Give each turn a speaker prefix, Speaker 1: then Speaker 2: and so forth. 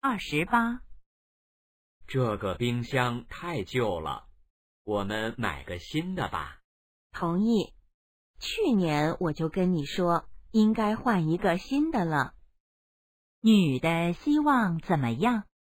Speaker 1: 二十八，
Speaker 2: 这个冰箱太旧了，我们买个新的吧。
Speaker 1: 同意。去年我就跟你说应该换一个新的了。女的希望怎么样？